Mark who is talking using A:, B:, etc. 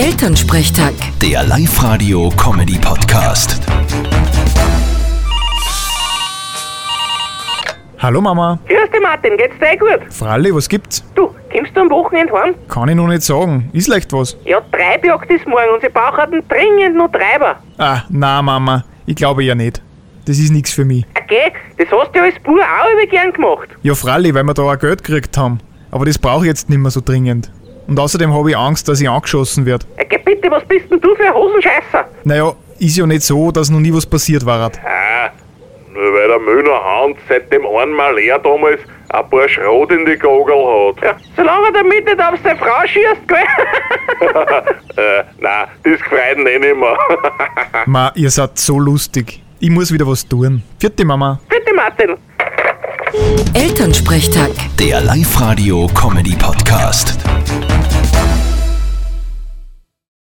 A: Elternsprechtag.
B: Der Live-Radio-Comedy-Podcast.
C: Hallo Mama,
D: Grüß dich Martin, geht's dir eh gut?
C: Fralli, was gibt's?
D: Du, kommst du am Wochenende heim?
C: Kann ich noch nicht sagen, ist leicht was.
D: Ja, Treibjagd ist morgen und sie brauchen dringend noch Treiber.
C: Ah, na Mama, ich glaube ja nicht. Das ist nix für mich.
D: Okay, das hast du ja als Bub auch immer gern gemacht.
C: Ja Fralli, weil wir da auch Geld gekriegt haben. Aber das brauche ich jetzt nicht mehr so dringend. Und außerdem habe ich Angst, dass ich angeschossen werd.
D: Okay, bitte, was bist denn du für ein Hosenscheißer?
C: Naja, ist ja nicht so, dass noch nie was passiert war.
E: Ah, Nur weil der Müller Hans seit dem einmal er damals ein paar Schrot in die Kogel hat.
D: Ja, solange du damit nicht auf seine Frau schießt, gell?
E: Äh, nein, das gefreut ihn eh nicht mehr.
C: Ma, ihr seid so lustig. Ich muss wieder was tun. Vierte Mama.
D: bitte Martin.
A: Elternsprechtag.
B: Der Live-Radio-Comedy-Podcast.